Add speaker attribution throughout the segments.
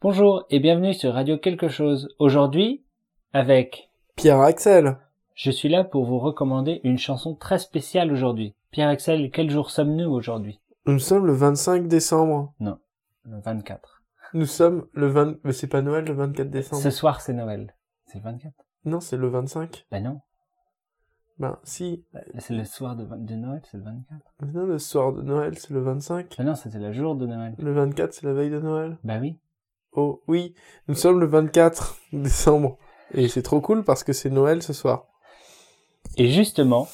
Speaker 1: Bonjour et bienvenue sur Radio Quelque chose. Aujourd'hui, avec
Speaker 2: Pierre Axel.
Speaker 1: Je suis là pour vous recommander une chanson très spéciale aujourd'hui. Pierre Axel, quel jour sommes-nous aujourd'hui
Speaker 2: Nous sommes le 25 décembre.
Speaker 1: Le 24.
Speaker 2: Nous sommes le 20... Mais c'est pas Noël le 24 décembre.
Speaker 1: Ce soir, c'est Noël. C'est le 24
Speaker 2: Non, c'est le 25.
Speaker 1: Ben non,
Speaker 2: Ben si.
Speaker 1: c'est le soir de, de Noël, c'est le 24.
Speaker 2: Mais non, le soir de Noël, c'est le 25.
Speaker 1: Ben non, c'était le jour de Noël.
Speaker 2: Le 24, c'est la veille de Noël.
Speaker 1: Ben oui.
Speaker 2: Oh oui, nous sommes le 24 décembre. Et c'est trop cool parce que c'est Noël ce soir.
Speaker 1: Et justement,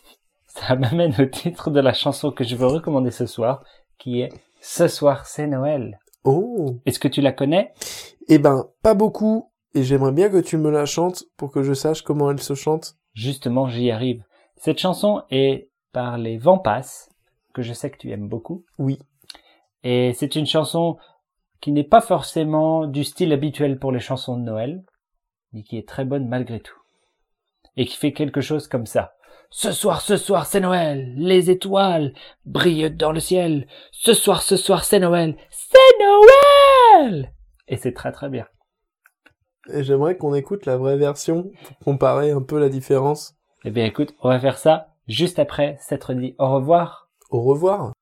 Speaker 1: ça m'amène au titre de la chanson que je veux recommander ce soir, qui est Ce soir, c'est Noël.
Speaker 2: Oh
Speaker 1: Est-ce que tu la connais
Speaker 2: Eh ben, pas beaucoup. Et j'aimerais bien que tu me la chantes pour que je sache comment elle se chante.
Speaker 1: Justement, j'y arrive. Cette chanson est par les Vents Passent, que je sais que tu aimes beaucoup.
Speaker 2: Oui.
Speaker 1: Et c'est une chanson qui n'est pas forcément du style habituel pour les chansons de Noël, mais qui est très bonne malgré tout. Et qui fait quelque chose comme ça. Ce soir, ce soir, c'est Noël, les étoiles brillent dans le ciel. Ce soir, ce soir, c'est Noël, c'est Noël! Et c'est très très bien.
Speaker 2: Et j'aimerais qu'on écoute la vraie version pour comparer un peu la différence.
Speaker 1: Eh bien écoute, on va faire ça juste après s'être dit au revoir.
Speaker 2: Au revoir